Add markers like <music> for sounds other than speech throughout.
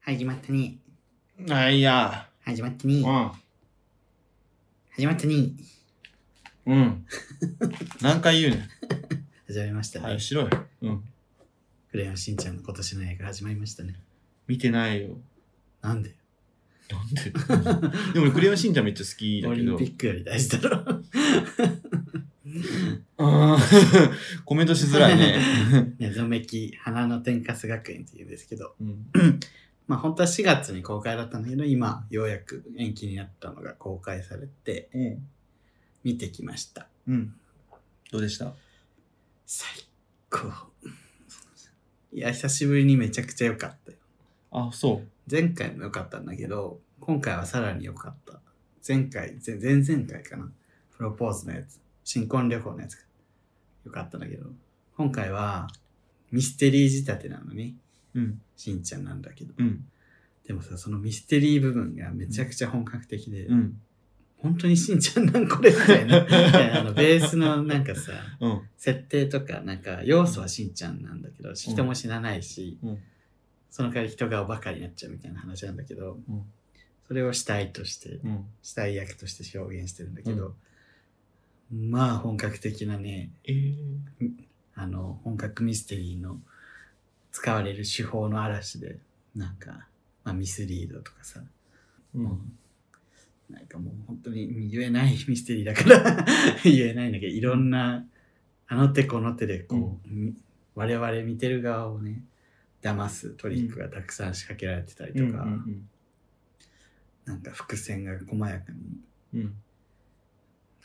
始まったね。あ、いや。始まったね。うん。始まったね。うん。何回言うね始まりましたん。ね。早くしろよ。うん。クレヨンしんちゃんの今年の映画始まりましたね。見てないよ。なんでなんででも俺、クレヨンしんちゃんめっちゃ好きだオけリンどピ。ックより大事だろ。あー <laughs> コメントしづらいね。 <laughs> ねぞめき花の天かす学園っていうんですけど、 <laughs> うん。まあ本当は4月に公開だったんだけど、今ようやく延期になったのが公開されて、うん。見てきました。うん。どうでした最高。いや、久しぶりにめちゃくちゃ良かったよ。あ、そう。前回も良かったんだけど、今回はさらに良かった。前回、前前々回かな。プロポーズのやつ。新婚旅行のやつか。良かったんだけど。今回は、ミステリー仕立てなのに、うん。しんちゃんなんだけど。うん。でもさ、そのミステリー部分がめちゃくちゃ本格的で、うん。本当にしんちゃんなんこれみた <laughs> いな。みたいなあのベースのなんかさ、うん。設定とか、なんか要素はしんちゃんなんだけど、人も死なないし、うんその代わり人がおバカになっちゃうみたいな話なんだけど、うんそれを主体として、うん。主体役として表現してるんだけど、まあ本格的なね、えー。あの、本格ミステリーの使われる手法の嵐で、なんか、まあ、ミスリードとかさ、うん。なんかもう本当に言えないミステリーだから <laughs> 言えないんだけどいろんなあの手この手でこう、み我々見てる側をね騙すトリックがたくさん仕掛けられてたりとか、うん。なんか伏線が細やかにうん。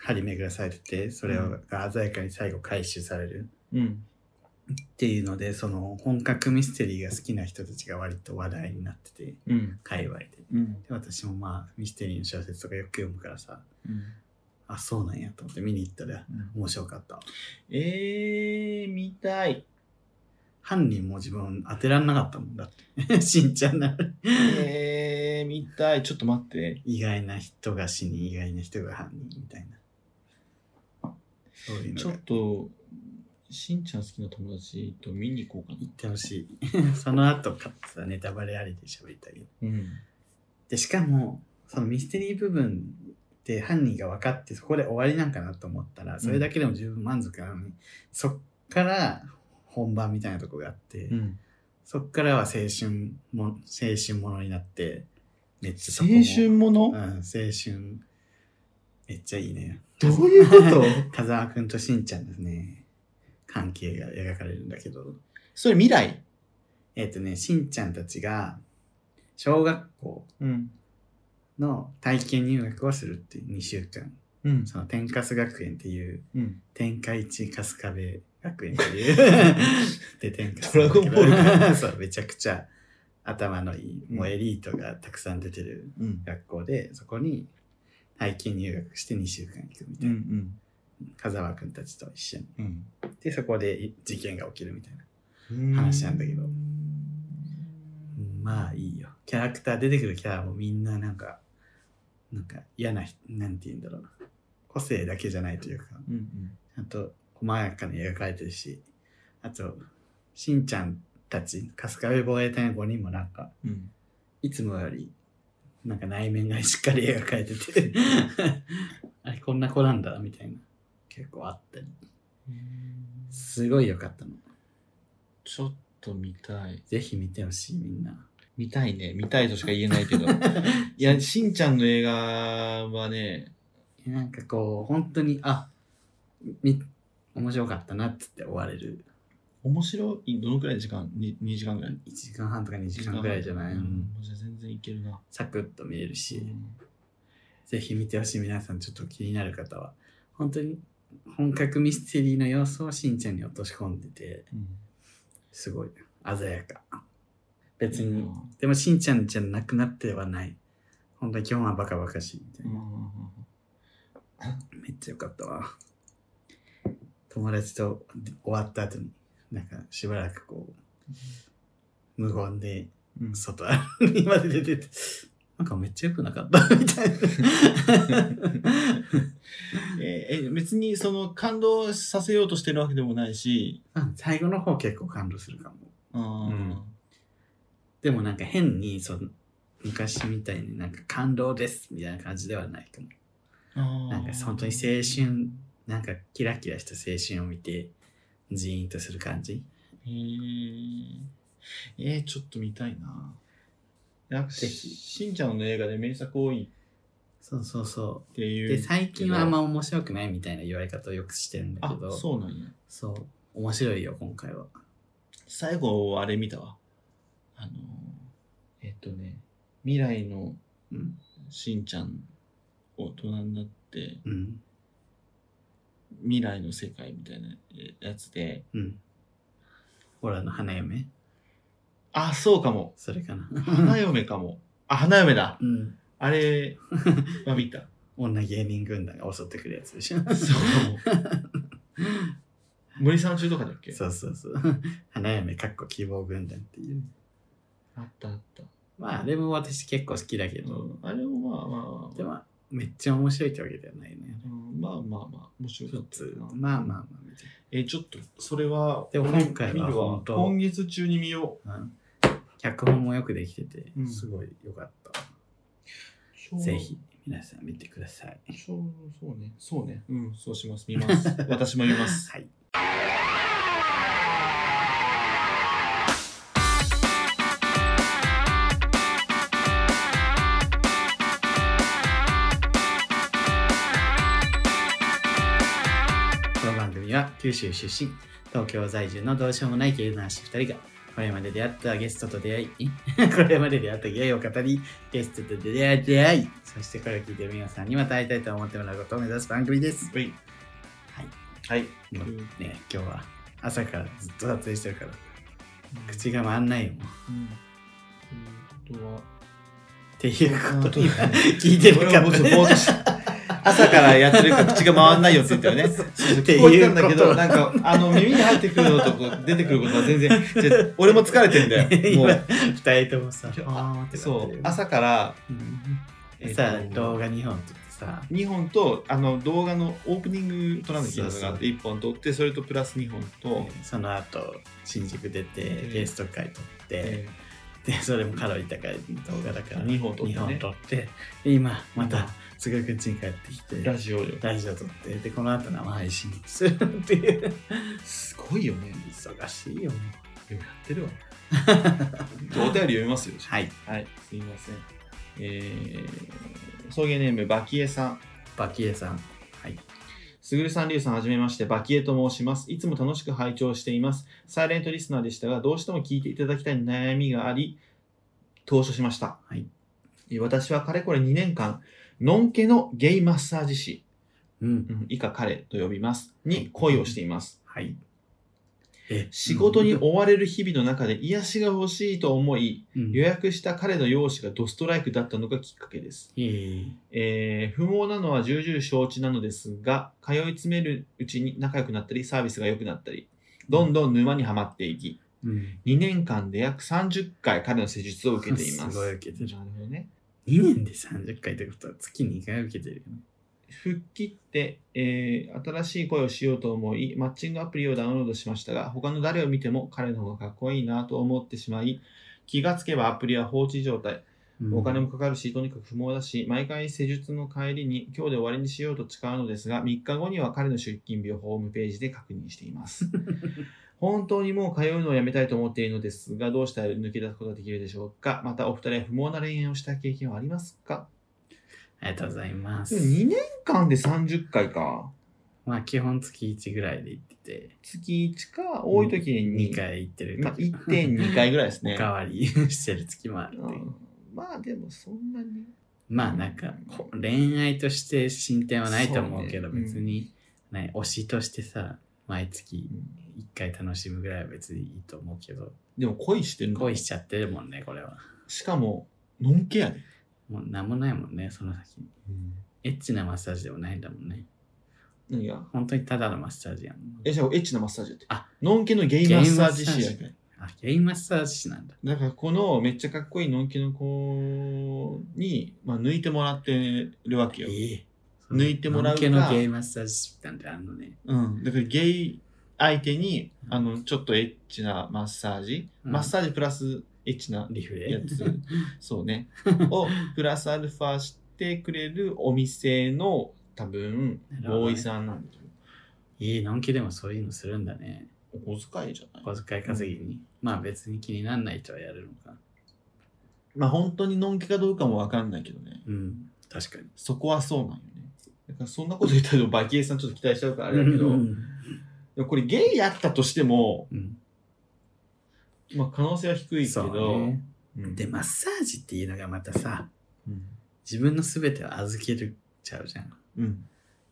張り巡らされててそれうをが鮮やかに最後回収されるうん。っていうのでその本格ミステリーが好きな人たちが割と話題になっててうん。界隈ででうん。私もまあミステリーの小説とかよく読むからさうん。あそうなんやと思って見に行ったら面白かった。えー、見たい。犯人も自分当てらんなかったもんだって。 <laughs> しんちゃんなのにえー、見たい。ちょっと待って。意外な人が死に、意外な人が犯人みたいな。そういうちょのっがと、しんちゃん好きな友達と見に行こうか言ってほしい。 <laughs> その後かつさ、ネタバレありで喋りたいよ。な。うん。で、しかも、そのミステリー部分で犯人が分かって、そこで終わりなんかなと思ったら、それだけでも十分満足なのに、そっから本番みたいなとこがあって、うん、そっからは青春も、青春ものになって、めっちゃそ青こも春もの、うん、青春。めっちゃいいね。 <laughs> どういうこと風間くんとしんちゃんですね。関係が描かれるんだけど。それ未来えっ、とね、しんちゃんたちが、小学校うん。の体験入学をするっていう2週間。うん。その天カス学園っていう、うん。天下一春日部学園って <laughs> いう。で、天カスなんだけど。ドラゴンボ <laughs> ーそう、めちゃくちゃ頭のいい、もうエリートがたくさん出てるうん。学校で、そこに体験入学して2週間行くみたいな。ん。風間くんたちと一緒に。うん。で、そこでい事件が起きるみたいな。うん。話なんだけどまあいいよ。キャラクター、出てくるキャラもみんななんか、なんか嫌な人、なんて言うんだろうな。個性だけじゃないというか、うん。うん。ちゃんと細やかに描かれてるし、あと、しんちゃんたち、春日部防衛隊の5人もなんか、うん。いつもより、なんか内面がしっかり描かれてて、 <laughs> あれ、こんな子なんだ、みたいな。結構あったり。すごい良かったの。ちょっと見たい。ぜひ見てほしい、みんな。 <laughs> 見たいね。見たいとしか言えないけど。いや、しんちゃんの映画はね、なんかこう、本当に、あ、み、面白かったなっつって終われる。面白い、どのくらい時間に ?2 時間ぐらい1時間半とか2時間ぐらいじゃない、うん。じゃあ全然いけるな。サクッと見れるし、うんぜひ見てほしい皆さん、ちょっと気になる方は、本当に本格ミステリーの要素をしんちゃんに落とし込んでて、うんすごい鮮やか。別に、でもしんちゃんじゃなくなってはない。本当に基本はバカバカしいみたいな。めっちゃよかったわ。友達と終わった後に、なんかしばらくこう、無言でうん外にまで出てて、なんかめっちゃ良くなかった <laughs> みたいな。ええ別にその感動させようとしてるわけでもないし、うん最後の方結構感動するかも。うんんでもなんか変にその昔みたいになんか感動ですみたいな感じではないかも。ななんか本当に青春、なんかキラキラした青春を見て、ジーンとする感じ。えー、えー、ちょっと見たいな。なんかぜし、ひしんちゃんの映画で名作多いそうそうそってう。いう。で、最近はあんま面白くないみたいな言われ方をよくしてるんだけあど、、そうそうなんや。面白いよ、今回は。最後、あれ見たわ。あのー、えっ、とね、未来のうん。しんちゃん、大人になって、うん。未来の世界みたいなえやつで、うん。ほらの花嫁あ、そうかも。それかな。 <laughs> 花嫁かも。あ、花嫁だ。うん。あれは見た。女芸人軍団が襲ってくるやつでしょ。そうかも。森三中とかだっけそうそう <laughs> そう。花嫁かっこ希望軍団っていう。あったあった。まあ、あれも私結構好きだけど、うんあれもまあまあ、でも、めっちゃ面白いってわけではないね。うんまあまあまあ、面白ちかょっっとたな。まあまあまあみたいえ、ちょっと、それは、でも今回は見るわ本当今月中に見よう。な。うん脚本もよくできててう、んすごい良かった。そうぜひ、皆さん見てください。そうそうね。そうね。うん、そうします。見 <laughs> ます。私も見ます。はい。この番組は九州出身、東京在住のどうしようもない芸能人2人がこれまで出会ったゲストと出会い、 <laughs> これまで出会った出会いを語り、ゲストと出会い、出会い、そしてこれを聞いてる皆さんにまた会いたいと思ってもらうことを目指す番組です。はい。はい。はい。もうね、今日は朝からずっと撮影してるから、口が回んないよ。もううん。えーっとはっていうことを今あー聞いてるか俺もはしもうれちょっとぼない。ーっとして朝からやってるから口が回んないよって言ったよね。そうって聞こえてたんだけっていうことど、なんか、あの、耳に入ってくるのとこう出てくることは全然、じゃあ俺も疲れてんだ <laughs> よ。も今、う。二人ともさ、ああーってなそってうる、朝から、うんえっとさ、動画2本撮ってさ、 2本とあの動画のオープニング撮らなきゃいけないのがあってそう1本撮ってそれとプラス2本と、その後新宿出てうんゲスト会撮って、えでそれもカロリー高い動画だから二本撮ってね二本撮ってで今またすぐ口に帰ってきーラてジオよラジオ撮ってでこの後生配信するっていうすごいよね忙しいよでもやってるわお便り読みますよ <laughs> はいはいすいませんえー、送迎ネームバキエさんバキエさんはいすぐるさん、りゅうさん、はじめまして、バキエと申します。いつも楽しく拝聴しています。サイレントリスナーでしたが、どうしても聞いていただきたい悩みがあり、投書しました。はいえー私はかれこれ2年間、ノンケのゲイマッサージ師、うんうん以下彼と呼びます、に恋をしています。はいえ仕事に追われる日々の中で癒しが欲しいと思い、うん予約した彼の容姿がドストライクだったのがきっかけです。えええー不毛なのは重々承知なのですが、通い詰めるうちに仲良くなったり、サービスが良くなったり、どんどん沼にはまっていき、うん2年間で約30回彼の施術を受けています。すごい受けてるなるほどね。 2年で30回ってことは月2回受けてるよね復帰って、えー新しい恋をしようと思い、マッチングアプリをダウンロードしましたが、他の誰を見ても彼の方がかっこいいなと思ってしまい、気がつけばアプリは放置状態。うんお金もかかるし、とにかく不毛だし、毎回施術の帰りに今日で終わりにしようと誓うのですが、3日後には彼の出勤日をホームページで確認しています。 <laughs> 本当にもう通うのをやめたいと思っているのですが、どうしたら抜け出すことができるでしょうかまたお二人は不毛な恋愛をした経験はありますかありがとうございまですも2年間で30回か。まあ基本月1ぐらいで行ってて月1か、多い時に2、回行ってるまあ、1.2回ぐらいですおね。かわりしてる月もあるってういうんまあでもそんなに。まあなんかこう恋愛として進展はないと思うけどそうね別に、ね、推しとしてさ毎月1回楽しむぐらいは別にいいと思うけどでも恋してるの恋しちゃってるもんねこれはしかも、ノンケやで。もう何もないもんねその先にエッチなマッサージでもないんだもんね何が本当にただのマッサージやんえ、じゃあエッチなマッサージやって。あノンケのゲイマッサージ師やゲイマッサーね。あゲイマッサージ師なんだだからこのめっちゃかっこいいノンケの子に、まあ、抜いてもらってるわけよ。え抜いてもらうかのゲイマッサージ師なんてあんのねうん。だからゲイ相手に、あの、ちょっとエッチなマッサージ、うんマッサージプラスエエッチなリフレ <laughs> やつそうねをプラスアルファしてくれるお店の多分なるほどねボーイさんなんだと思いいのんきでもそういうのするんだねうお小遣いじゃない小遣い稼ぎに、まあ別に気にならない人はやるのかまあ本当にのんきかどうかもわかんないけどねうん確かにそこはそうなんよねだからそんなこと言ったらバキエさんちょっと期待しちゃうからあれだけどうんでもこれゲイやったとしても、うんまあ、可能性は低いけそどうねうんでマッサージっていうのがまたさうん自分の全てを預けるちゃうじゃんうん、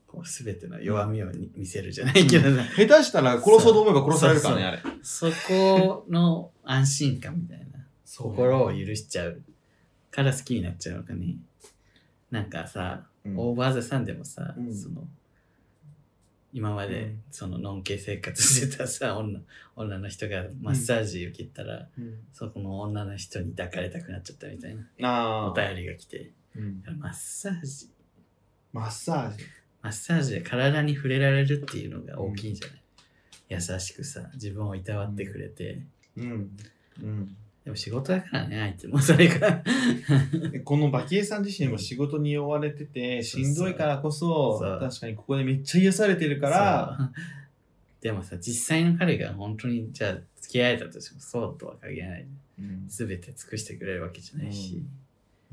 こう全ての弱みをに見せるじゃないけどさ、下手したら殺そうと思えば殺されるからねそあれそこの安心感みたいなそう心を許しちゃうから好きになっちゃうのかねなんかさうんオーバーザさんでもさ、うんその今まうでんそののんけ生活してたさ女女の人がマッサージ受けたら、うんそこの女の人に抱かれたくなっちゃったみたいなあおー便りが来てうんマッサージマッサージマッサージで体に触れられるっていうのが大きいんじゃない、優しくさ自分をいたわってくれて、うんうんでも仕事だからね相手もそれがでこのバキエさん自身も仕事に追われててしんどいからこそそう確かにここでめっちゃ癒されてるからそうでもさ実際の彼が本当にじゃあ付き合えたとしてもそうとは限らないうん全て尽くしてくれるわけじゃないし、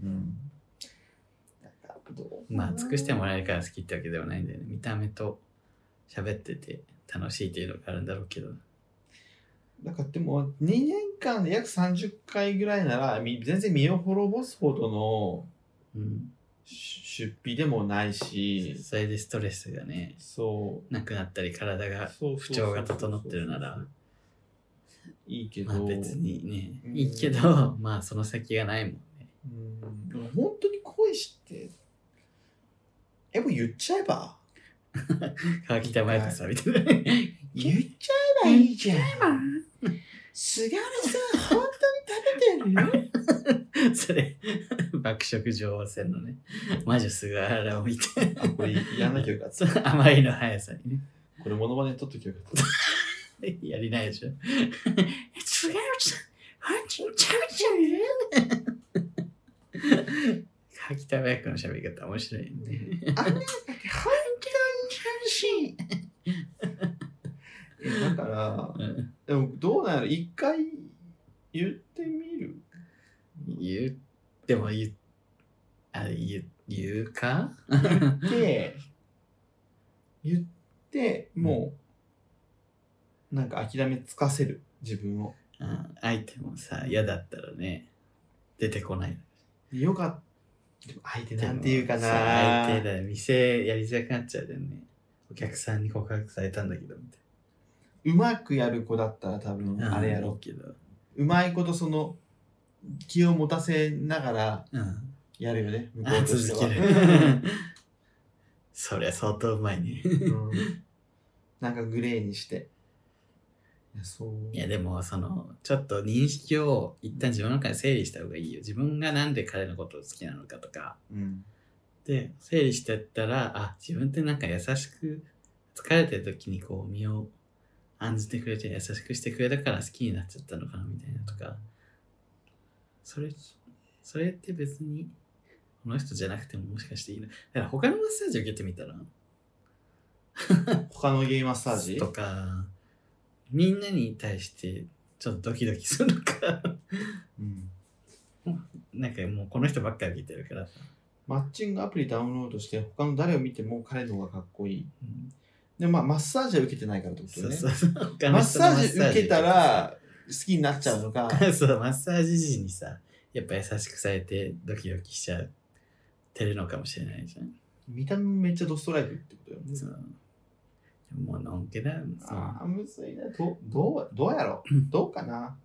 うんだからどうまあ尽くしてもらえるから好きってわけではないんだよね見た目と喋ってて楽しいっていうのがあるんだろうけどなんかでも2年間で約30回ぐらいならみ全然身を滅ぼすほどのうん出出費でもないしそれでストレスがねそなくなったり体うがそう不調が整ってるならいいけど、まあ別にうねんいいけどまあその先がないもんねうんでも本当に恋してえもう言っちゃえば川北麻也子さんみたいなね言っちゃえばいいじゃん。菅原さん、本当に食べ <laughs> てるよ。それ爆食女王戦のね魔女菅原を見て <laughs> あ、 <laughs> これやんなきゃよかっそた。の甘いの速さにね <laughs> これ、モノマネ撮っときゃよかった。やりないでしょ。違うじゃん。本当にちゃうじゃん。 <laughs> 柿田子の喋り方面白いよね。あんなだって本当に楽しい。だから、うんでもどうなる一回言ってみる言う、でも言う、あ言う言うかで、言って、もう、なんか諦めつかせる、自分を。うん相手もさ、嫌だったらね、出てこない。よかった。でも相手なんて言うかな。でもさ相手だよ店やりづらくなっちゃうよね。お客さんに告白されたんだけど、みたいうまくやる子だったら多分な。あれやろけど。うまいことその気を持たせながらうん。やるよね向こあうとして続はけ <laughs> るそりゃ相当うまいねうんなんかグレーにしていやそういやでもそのちょっと認識を一旦自分の中で整理した方がいいよ自分がなんで彼のことを好きなのかとかうんで整理してったらあ自分ってなんか優しく疲れてる時にこう身を案じてくれて優しくしてくれたから好きになっちゃったのかなみたいなとかそれそれって別にこの人じゃなくてももしかしていいのだから他のマッサージ受けてみたら他のゲイマッサージとかみんなに対してちょっとドキドキするのか <laughs> うんなんかもうこの人ばっかり見てるからさ、マッチングアプリダウンロードして他の誰を見ても彼の方がかっこいいうんでもまあマッサージは受けてないからってことそうねそうそう他マのッ人サのージ受けたら好きになっちゃうのかマッサージ <laughs> そうマッサージ時にさやっぱ優しくされてドキドキしちゃってるのかもしれないじゃん、見た目めっちゃドストライクってことよねそうでももうのんけだもんあさあ、むずいな。どどうどうやろうどうかな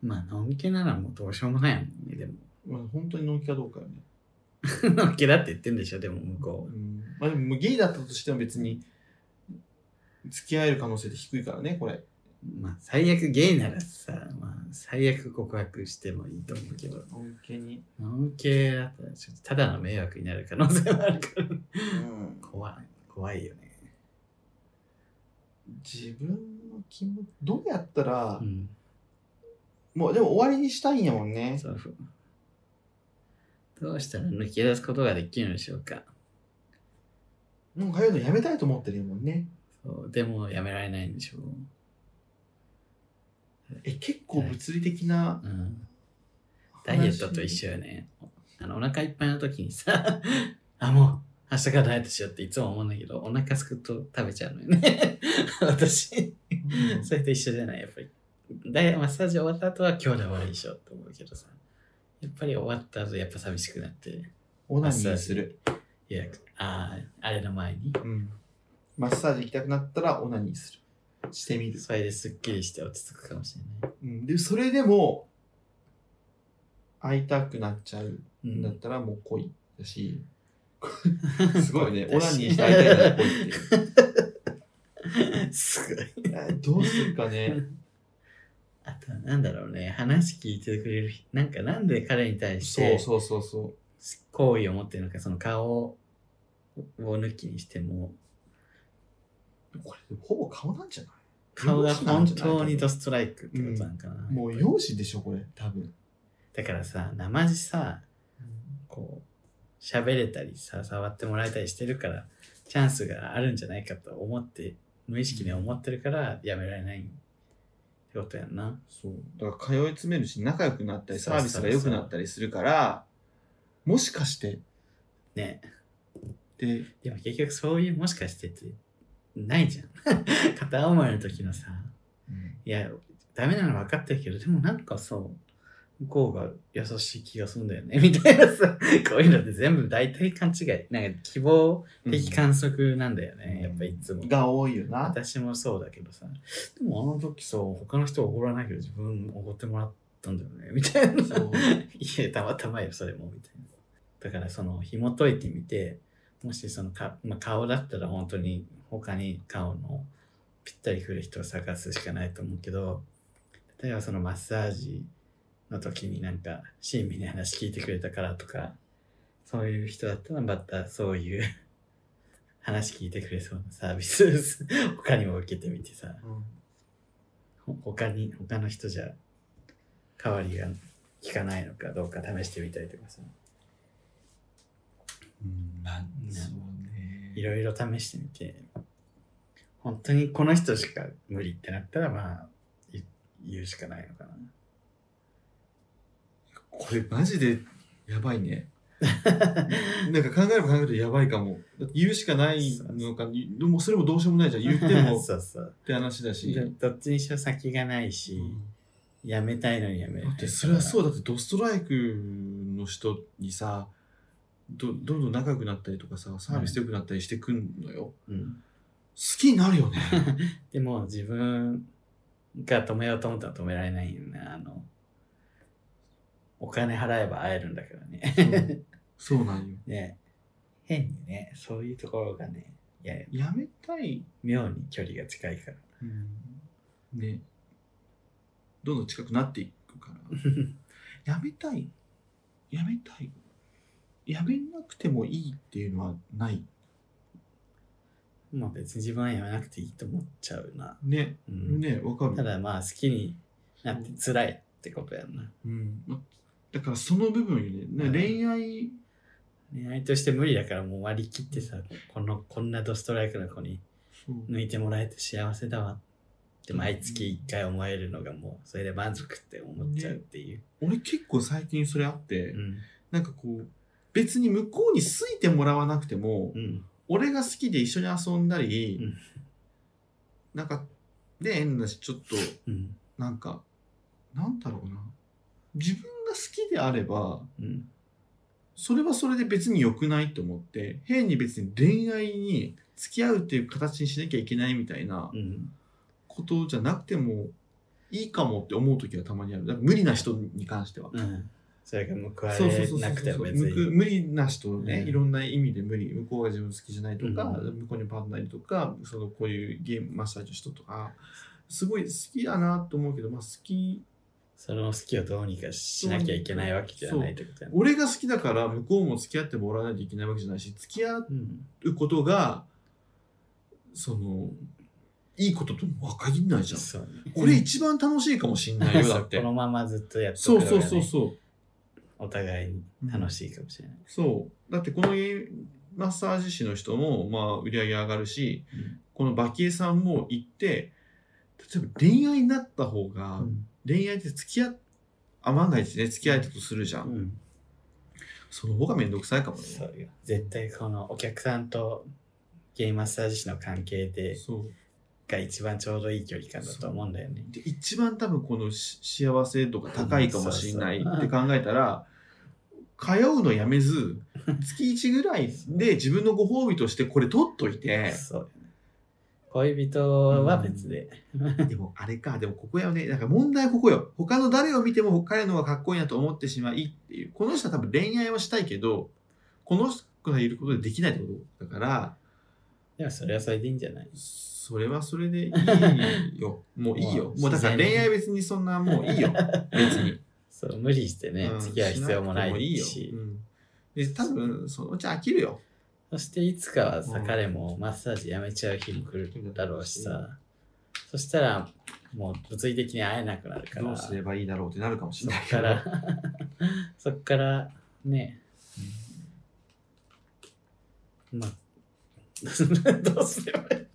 まあのんけならもうどうしようもないもんねでも <laughs> まあ本当にのんきかどうかよね。のんけだって言ってんでしょでも向こう、うんまあでもゲイだったとしても別に付き合える可能性って低いからね、これ。まあ最悪ゲイならさ、まあ、最悪告白してもいいと思うけどのんけに。農系だったらちょっとただの迷惑になる可能性もあるからうん、怖い怖いよね、自分の気持ち、どうやったらうん、もうでも終わりにしたいんやもんね。そうどうしたら抜け出すことができるのでしょうかもう通うのやめたいと思ってるもんね。そうでもやめられないんでしょう、え、結構物理的なうん、ダ話イエットと一緒よねあのお腹いっぱいの時にさ <laughs> あもう明日からダイエットしようっていつも思うんだけどお腹すくと食べちゃうのよね <laughs> 私うんそれと一緒じゃないやっぱりダイエマッサージ終わった後は今日で終わりにしようと思うけどさやっぱり終わった後やっぱ寂しくなってオナニーする。いやあああれの前にうん。マッサージ行きたくなったらオナニーする。してみる。それですっきりして落ち着くかもしれないうん、で、それでも、会いたくなっちゃう。うんだったらもう恋だ <laughs> し、すごいね。オナニーしてた会いたいなら恋っていう。 <laughs> すごい。えーどうするかね。あとはなんだろうね、話聞いてくれる人、なんかなんで彼に <laughs> 対しそうてそうそうそ好意を持ってるのか、その顔を抜きにしても、う。これ、ほぼ顔なんじゃない顔が本当にドだストライクってことなんかな。もうやっぱ容姿でしょ、これ、多分。りだからさ、生地さ、こう、喋れたりさ、触ってもらえたりしてるから、チャンスがあるんじゃないかと思って、無意識に思ってるからやめられないってことやんな。そう。だから、通い詰めるし、仲良くなったり、そサうそうーそうビスが良くなったりするから、もしかして、ね。で、でも結局そういうもしかしてってないじゃん。片思いの時のさ、いや、ダメなの分かってるけど、でもなんかそう、向こうが優しい気がするんだよね、 <laughs> みたいなさ、こういうのって全部大体勘違い。なんか希望うん的観測なんだよね、やっぱいつも。が多いよな。私もそうだけどさ、でもあの時さ、他の人は怒らないけど自分おごってもらったんだよね、みたいな。そう <laughs> いや、たまたまよ、それも、みたいな。だから、その、紐解いてみて、もし、そのか、まあ、顔だったら、本当に、他に顔のぴったりくる人を探すしかないと思うけど、例えば、そのマッサージの時になんか、親身に話聞いてくれたからとか、そういう人だったら、また、そういう、 <laughs> 話聞いてくれそうなサービス、 <laughs> 他にも受けてみてさ、うんほ他に、他の人じゃ、代わりが効かないのかどうか試してみたりとかさ。まあんそうね。いろいろ試してみて、本当にこの人しか無理ってなったら、まあ、い言うしかないのかな。これ、マジで、やばいね。 <laughs> なんか考えれば考えるとやばいかも。だって言うしかないのか、でもそれもどうしようもないじゃん。言っても <laughs> っそうそう。て話だし。でどっちにしろ先がないし、やめたいのにやめだってそれはそうう。だってドストライクの人にさどどんどん仲良くなったりとかさサービス良くなったりしてくんのよ、好うん、きになる <laughs> よねでも、自分が止めようと思ったら止められないよね。あの、お金払えば会えるんだからね。そうそうなんよね変にね、そういうところがね、いや、やめたい、妙に距離が近いから。ねどんどん近くなっていくから <laughs> やめたいやめたいやめなくてもいいっていうのはないまあ別に自分はやめなくていいと思っちゃうな。ねうんねわかたる、だまあ好きになって辛いってことやんな。うん、だからその部分よねね恋愛恋愛として無理だからもう割り切ってさ、このこんなドストライクの子にそう抜いてもらえて幸せだわって毎月1回思えるのがもうそれで満足って思っちゃうっていう。俺結構最近それあって、うん。なんかこう別に向こうに好いてもらわなくても、うん。俺が好きで一緒に遊んだり、うんなんかで変だしちょっとうん。なんかなんだろうな自分が好きであればうん。それはそれで別に良くないと思って変に別に恋愛に付き合うっていう形にしなきゃいけないみたいなうん。ことじゃなくてもいいかもって思う時はたまにあるだから無理な人に関しては。うん。それが報わそうそうそれうなくてそもう別無くに。無理な人ね、うんいろんな意味で無理向こうが自分好きじゃないとか、う向こうにパートナーいるとかそのこういうゲームマッサージの人とかすごい好きだなと思うけど、まあ、好きその好きをどうにかしなきゃいけないわけじゃないってことやんな。俺が好きだから向こうも付き合ってもらわないといけないわけじゃないし付き合うん。うことがそのいいこととも限んないじゃん。そうねこれ一番楽しいかもしんないよ、だってこ。のままずっとやってそうそうそうそう。お互いに楽しいかもしれない。そう。だってこのマッサージ師の人も、まあ、売り上げ上がるし、うんこのバキエさんも行って、例えば恋愛になった方が、恋愛って付き合っ、あ、万が一ね、付き合えたとするじゃん。うんその方がめんどくさいかもね。そうよ絶対このお客さんとゲイマッサージ師の関係でそう。が一番ちょうどいい距離感だと思うんだよね。で、一番多分このし幸せ度が高いかもしれないそうそうって考えたら、通うのやめず、月1ぐらいで自分のご褒美としてこれ取っといて、そうよね恋人は別で。 <laughs> でもあれか、でもここやね、なんか問題はここよ。他の誰を見ても彼の方がかっこいいなと思ってしまいっていう。この人は多分恋愛はしたいけど、この人がいることでできないってことだから、でもそれはそれでいいんじゃないそれはそれでいい <laughs> よ。もういいよ。まもあうだから自然に恋愛別にそんなもう <laughs> いいよ。別に。そう無理してね、うん付き合う必要もなしくてもいいいよ。し。うんで、多分そのうち飽きるよ。そしていつかはさ、うん彼もマッサージやめちゃう日も来るだろうしさ、そしたらもう物理的に会えなくなるから、どうすればいいだろうってなるかもしそれっないけかど。ら、 <laughs> そっからね、まあ、 <laughs> どうすればい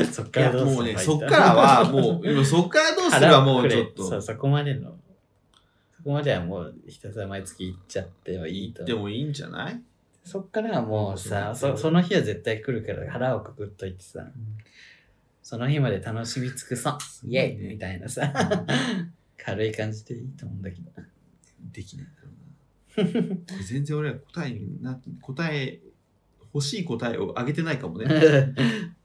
いそっいかやらどうもすうれね、ばいいそっからは <laughs> もう、今そっからどうすればもうちょっそう、と。そこまでの、そこまではもうひたすら毎月行っちゃってはいいと。でもいいんじゃないそっからはもうさ、そその日は絶対来るから腹をくくっといてさ、その日まで楽しみ尽くそう、イェイみたいなさ、軽い感じでいいと思うんだ <laughs> けど。できないんだろうな。これ全然俺は答えにな、答え、欲しい答えをあげてないかもね。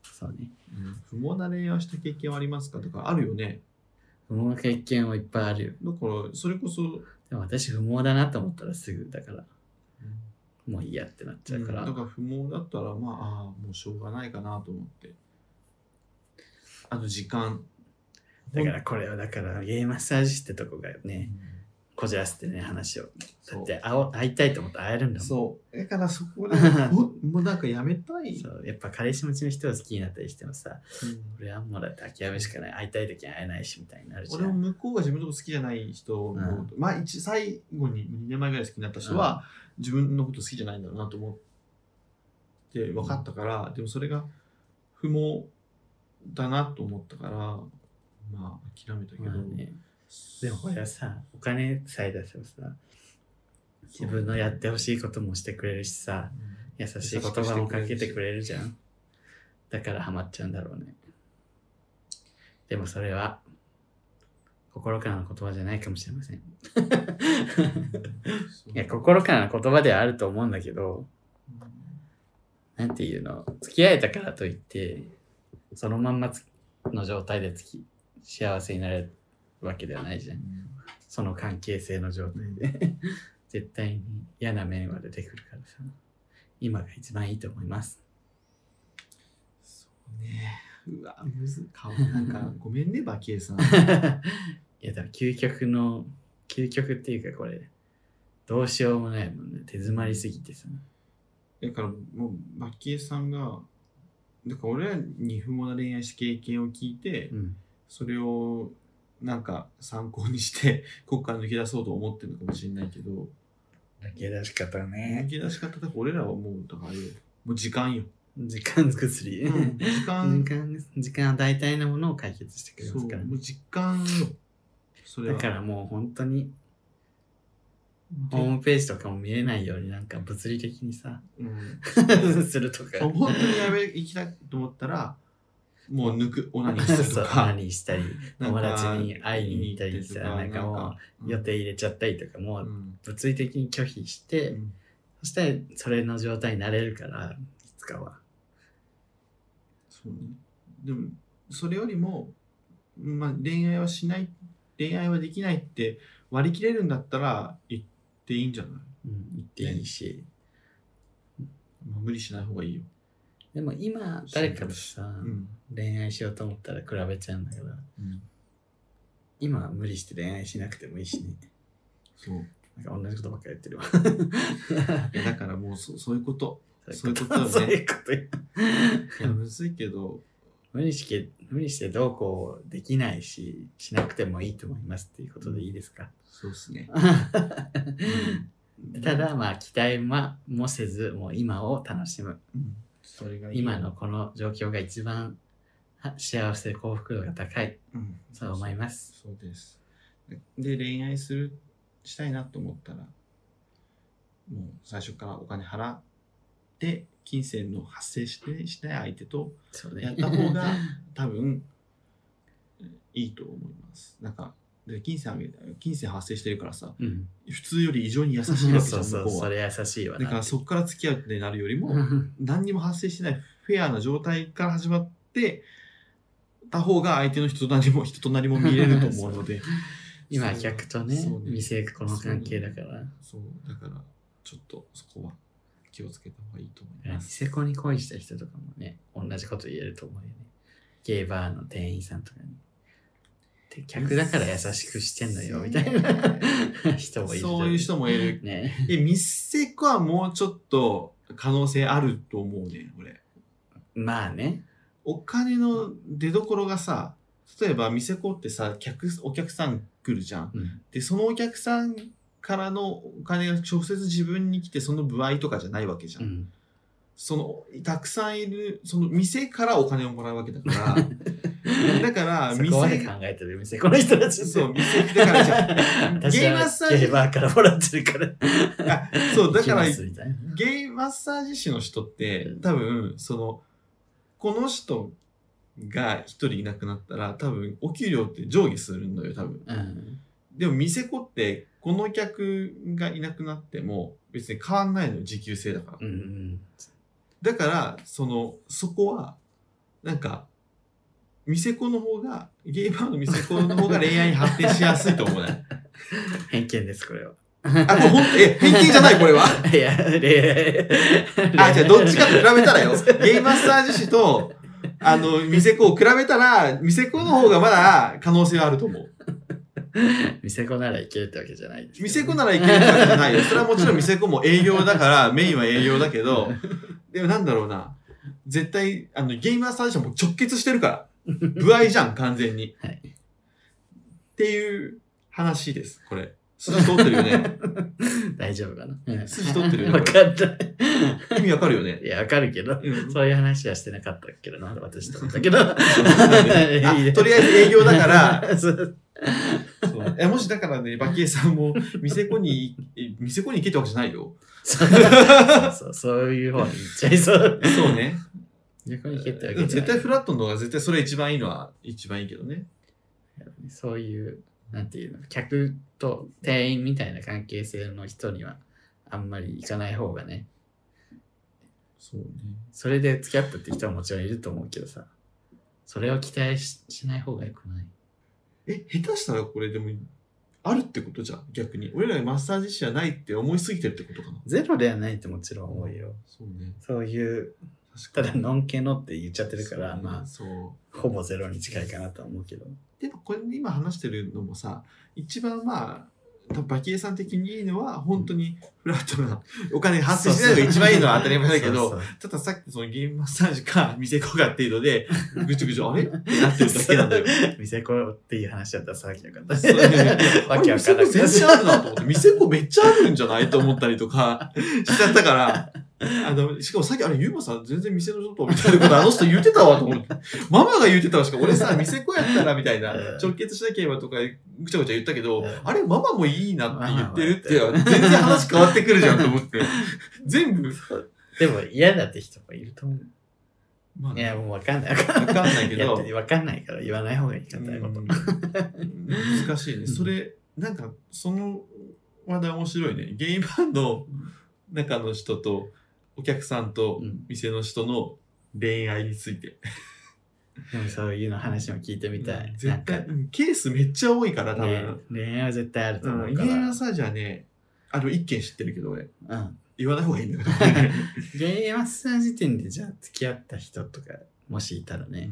そうね。うん不毛な恋愛をした経験はありますかとかあるよね。不毛な経験はいっぱいあるよ。だから、それこそ、でも私不毛だなと思ったらすぐだから、もういいやってなっちゃうから。うんだから不毛だったらまあああもうしょうがないかなと思ってあと時間だからこれはだからゲームマッサージってとこがうね、んこじらせてね話をだそっうて会お会いたいと思ったら会えるんだもんそうだからそ <laughs> こでほもうなんかやめたいそうやっぱ彼氏持ちの人を好きになったりしてもさうん俺はもうだって諦めしかない会いたい時に会えないしみたいになるじゃん俺も向こうが自分のこと好きじゃない人のこと、まあ一最後に2年前ぐらい好きになった人は、自分のこと好きじゃないんだろうなと思って分かったから、でもそれが不毛だなと思ったからまあ諦めたけど、まあねでもこれはさお金さえ出せばさ自分のやってほしいこともしてくれるしさうん優しい言葉もかけてくれるじゃんだからハマっちゃうんだろうねでもそれは心からの言葉じゃないかもしれませんそういや、心からの言葉ではあると思うんだけど、なんていうの、付き合えたからといって、そのまんまつの状態でつき幸せになれるわけではないじゃん。その関係性の状態で。 <laughs> 絶対に嫌な面は出てくるからさ。今が一番いいと思います。 <laughs> そうね。うわ、むず顔なんか、ごめんね、バキエさん。いや、だから究極の、究極っていうかこれ、どうしようもないもんね。手詰まりすぎてさ。だから、もう、バキエさんが、だから俺らに不毛な恋愛した経験を聞いてう、ん。それを、なんか参考にして、 <laughs> ここから抜け出そうと思ってるのかもしれないけど、抜け出し方抜。け出し方だから俺らはもう、だからあれよもう時間よ。時間作り。うん時時間、間です時間は大体のものを解決してくれそますからう、もう時間よ。それだは。からもう本当にホーでムページとかも見れないようになんか物理的にさう <laughs> んするとかそう本当にやめ行きたいと思ったら、もう抜く、オナニーするそとうか。何したり友達に会いに行ったりさなんかもう予定入れちゃったりとかもううん物理的に拒否して、うんそしてそれの状態になれるからいつかはそうねでもそれよりも、まあ、恋愛はしない恋愛はできないって割り切れるんだったら言っていいんじゃない、うん行っていいし、まあ、無理しない方がいいよ、でも今誰かとさ、うん恋愛しようと思ったら比べちゃうんだから今は無理して恋愛しなくてもいいしねそうなんか同じことばっかり言ってるわ。いやだから <laughs> もうそそういうことそういうことそういうこといやむずいけど無理して、無理してどうこうできないし、しなくてもいいと思いますっていうことでいいですか、そうですね。 <laughs> ただ、まあ、期待はもせず、もう今を楽しむ。うん、それがいい今の、この状況が一番は幸せ、幸福度が高い。うん、そう思います。そうです。で、で恋愛する、したいなと思ったら、もう最初からお金払って、金銭の発生して、したい相手とそうねやった方 <laughs> が多分、いいと思います。なんか、で金銭あげ金銭発生してるからさ、うん。普通より異常に優しいわけじゃん、そうそ向う、こうそは。れ優しいわな。だからそこから付き合うってなるよりも、うん何にも発生してないフェアな状態から始まってた方が相手の人となりも人となりも見れると思うので <laughs> 今、そう客とねそう、店、この関係だから。そうだからちょっとそこは気をつけた方がいいと思いニます、セコに恋した人とかもね、同じこと言えると思うよね。ゲーバーの店員さんとかに。で客だから優しくしてんのよ、みたいな人もいる。そういう人も <laughs> いるね。えミスセコはもうちょっと可能性あると思うね俺まあね。お金の出どころがさ例えばミセコってさ客お客さん来るじゃんうんでそのお客さんからのお金が直接自分に来てその歩合とかじゃないわけじゃ、うんん。そのたくさんいるその店からお金をもらうわけ <laughs> だからだからそこまで店考えてる店、この人たちって。そう店だからじゃん <laughs> 私ゲイマッはサージゲーバーからもらってるから。あそうだから行きますみたいなゲイマッサージ師の人って多分そのこの人が一人いなくなったら多分お給料って上下するんだよ多分うん。でも店子ってこの客がいなくなっても別に変わんないのよ時給制だからうんうん。だから、その、そこは、なんか、店子の方が、ゲーバーの店子の方が恋愛に発展しやすいと思うね。偏見です、これは。 <laughs> あ、これ本当え、偏見じゃないこれは。いや、で <laughs> あ、じゃあどっちかと比 <laughs> べたらよ。ゲーマッサージ師と、あの、店子を比べたら、店子の方がまだ可能性はあると思う。店子ならいけるってわけじゃないですけどね。店子ならいけるわけじゃ <laughs> ないよ。それはもちろん店子も営業だから、メインは営業だけど、でもなんだろうな。絶対、あの、ゲーマーサージションも直結してる <laughs> から。不合じゃん、完全に。はいっていう話です、これ。筋通ってるよ <laughs> ね。大丈夫かな筋 <laughs> 取ってるよね分かった。意味わかるよね。いや、わかるけど、うんそういう話はしてなかったけどな、私と思ったけど。あ <laughs> とりあえず営業だから、 <laughs> そう <laughs> そうえもしだからね、バキエさんも、店子に、え店子に行けってわけじゃないよ。そうそうそう、そういう方に行っちゃい <laughs> そう。そうね。横に行けってわけじゃ絶な対いフラットの方が絶対それ一番いいのは一番いいけどね。そういう、なんていうの、客と店員みたいな関係性の人には、あんまり行かない方がね。そうね。それで付き合ったって人はもちろんいると思うけどさ。それを期待ししない方がよくない。え、下手したらこれでも、あるってことじゃん、逆に。俺らがマッサージ師じゃないって思いすぎてるってことかな。ゼロではないってもちろん思うよ。そうね。そういう、確たかだ、に。のんけのって言っちゃってるから、そうねまあ、そう。ほぼゼロに近いかなとは思うけど。でもこれ今話してるのもさ、一番まあ、多分バキエさん的にいいのは、本当にフラットな、 <laughs> お金発生しないのが一番いいのは当たり前だけそど、 <laughs> うたださっきそのゲームマッサージか、店子かっていうので、ぐちゅぐちゅ、あれってなってるだけなんだよ。そう店子っていう話だったらさっきよかった。そうねわけわかんなくあれなっ店ち子ゃめっちゃあうるなと思って、店子めっちゃあるんじゃないと思ったりとか <laughs> しちゃったから、あの、しかもさっき、あれ、ゆうまさん全然店の人とみたいなことあの人言ってたわと思って、ママが言ってたわしか、俺さ、店子やったらみたいなうん、直結しなければとか、ぐちゃぐちゃ言ったけうどん、あれ、ママもいいなって言ってるって、全然話変わってくるじゃんと思って、全部、でも嫌だって人もいると思う。まいや、あ、もうわかんない。わかわかんないけどやってわかんないから言わない方がいいかったよこと。うん難しいね。それ、なんか、その話題面白いね。ゲイバーの中の人と、お客さんとうん店の人の恋愛について。でもそういうの話も聞いてみたい。絶な対、んうんケースめっちゃ多いから、か多ね分。恋愛は絶対あるとう思ん、うゲかイら。マッサージはね、あの、一件知ってるけど俺、うん言わない方がいいんだけど。ゲイマッサージ店でじゃあ付き合った人とかもしいたらうね、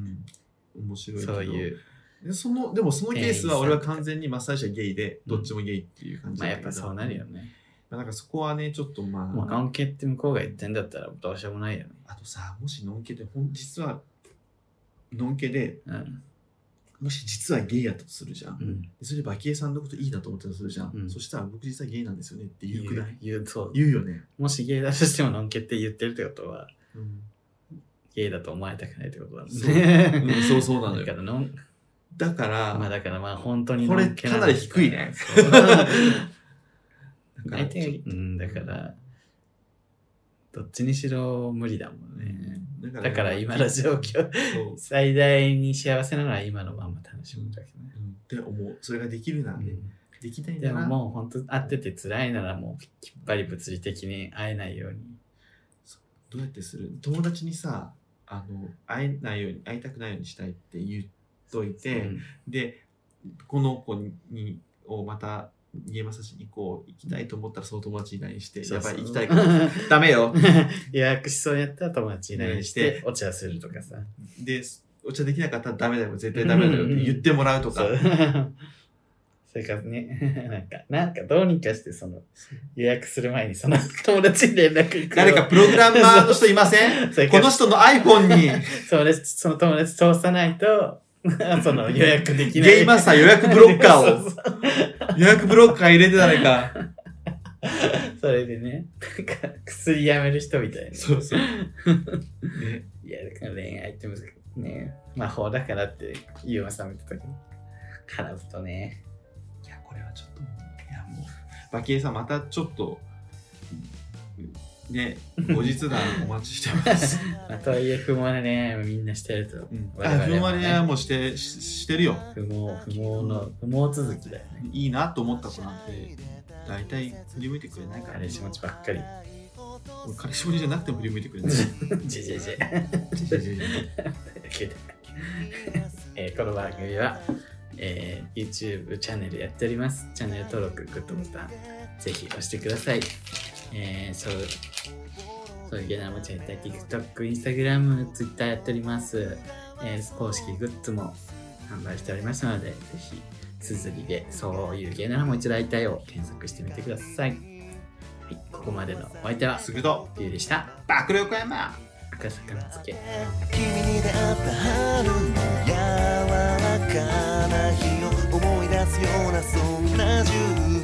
ん面白いけどそういう、でそのでもそのケースは俺は完全にマッサージはゲイでうんどっちもゲイっていう感じまあだやっけどぱそうなるよね。まあなんかそこはねちょっとまあもう関係って向こうが言ってんだったらどうしようもないよね。あとさ、もしのんけで、ほん実は、のんけで、うん。もし実はゲイやったとするじゃん。うん。でそれでバキエさんのこといいなと思ったとするじゃん。うんそしたら僕実はゲイなんですよねって言うく言なうい言う、そう。言うよね。もしゲイだとしても、のんけって言ってるってことは、うんゲイだと思われたくないってことだもんそうね。うんそうそうなのよ <laughs> だからのん、だから、まあだからまあ本当にこれのんけんだかなり低いねそうだから相手がうん、だから、どっちにしろ無理だもんね。だかだから今の状況、そう最大に幸せなのは今のまま楽しむだけね。うんって思う。それができるならね、できないんでだもなもう本当会ってて辛いならもうきっぱり物理的に会えないように。どうやってする友達にさあの会えないように会いたくないようにしたいって言っといて、うんでこの子にをまた家正氏にこう行きたいと思ったらその友達に LINE してそうそうやばい行きたいからダメよ <laughs> 予約しそうやったら友達に LINE してお茶するとかさ。でお茶できなかったらダメだよ絶対ダメだよって言ってもらうとかそう。 <laughs> それからね、 <laughs> なんか、なんかどうにかしてその予約する前にその友達に連絡行く誰かプログラマーの人いませんそれかこらの人の iPhone にそれその友達通さない <laughs> と、その予約できない。ゲイマスター予約ブロッカ <laughs> ーそをうそう予約ブロッカー入れて誰かそれでね、なんか薬やめる人みたいな。そうそう、ね、いや、だから恋愛って難しいね。魔法だからって、ユーマさん見たときに。絡むとね。いやこれはちょっといやもうバキエさんまたちょっとね後日談お待ちしてます、まあ、とはいえ、不毛な恋愛もみんなしてると。うん、我あ々もねふんわりはもうしてししてるよ不毛、不毛の、不毛続きだよね。いいなと思った子なんて大体振り向いてくれないから彼氏持ちばっかり。俺彼氏ぶりじゃなくても振り向いてくれな <laughs> いじじじ。聞いてえーこの番組は、えー YouTube チャンネルやっております。チャンネル登録、グッドボタン、ぜひ押してください。えーそう、そういうゲナムチャット、TikTok、Instagram、Twitter やっております。えー公式グッズも販売しておりますので、ぜひ、すずりで、そういうゲナム一度会いたいを検索してみてください。はい、ここまでのお相手は、すぐとゆうでした。爆力山赤坂のつけ。君に出会った春の柔らかな日を思い出すようなそんな10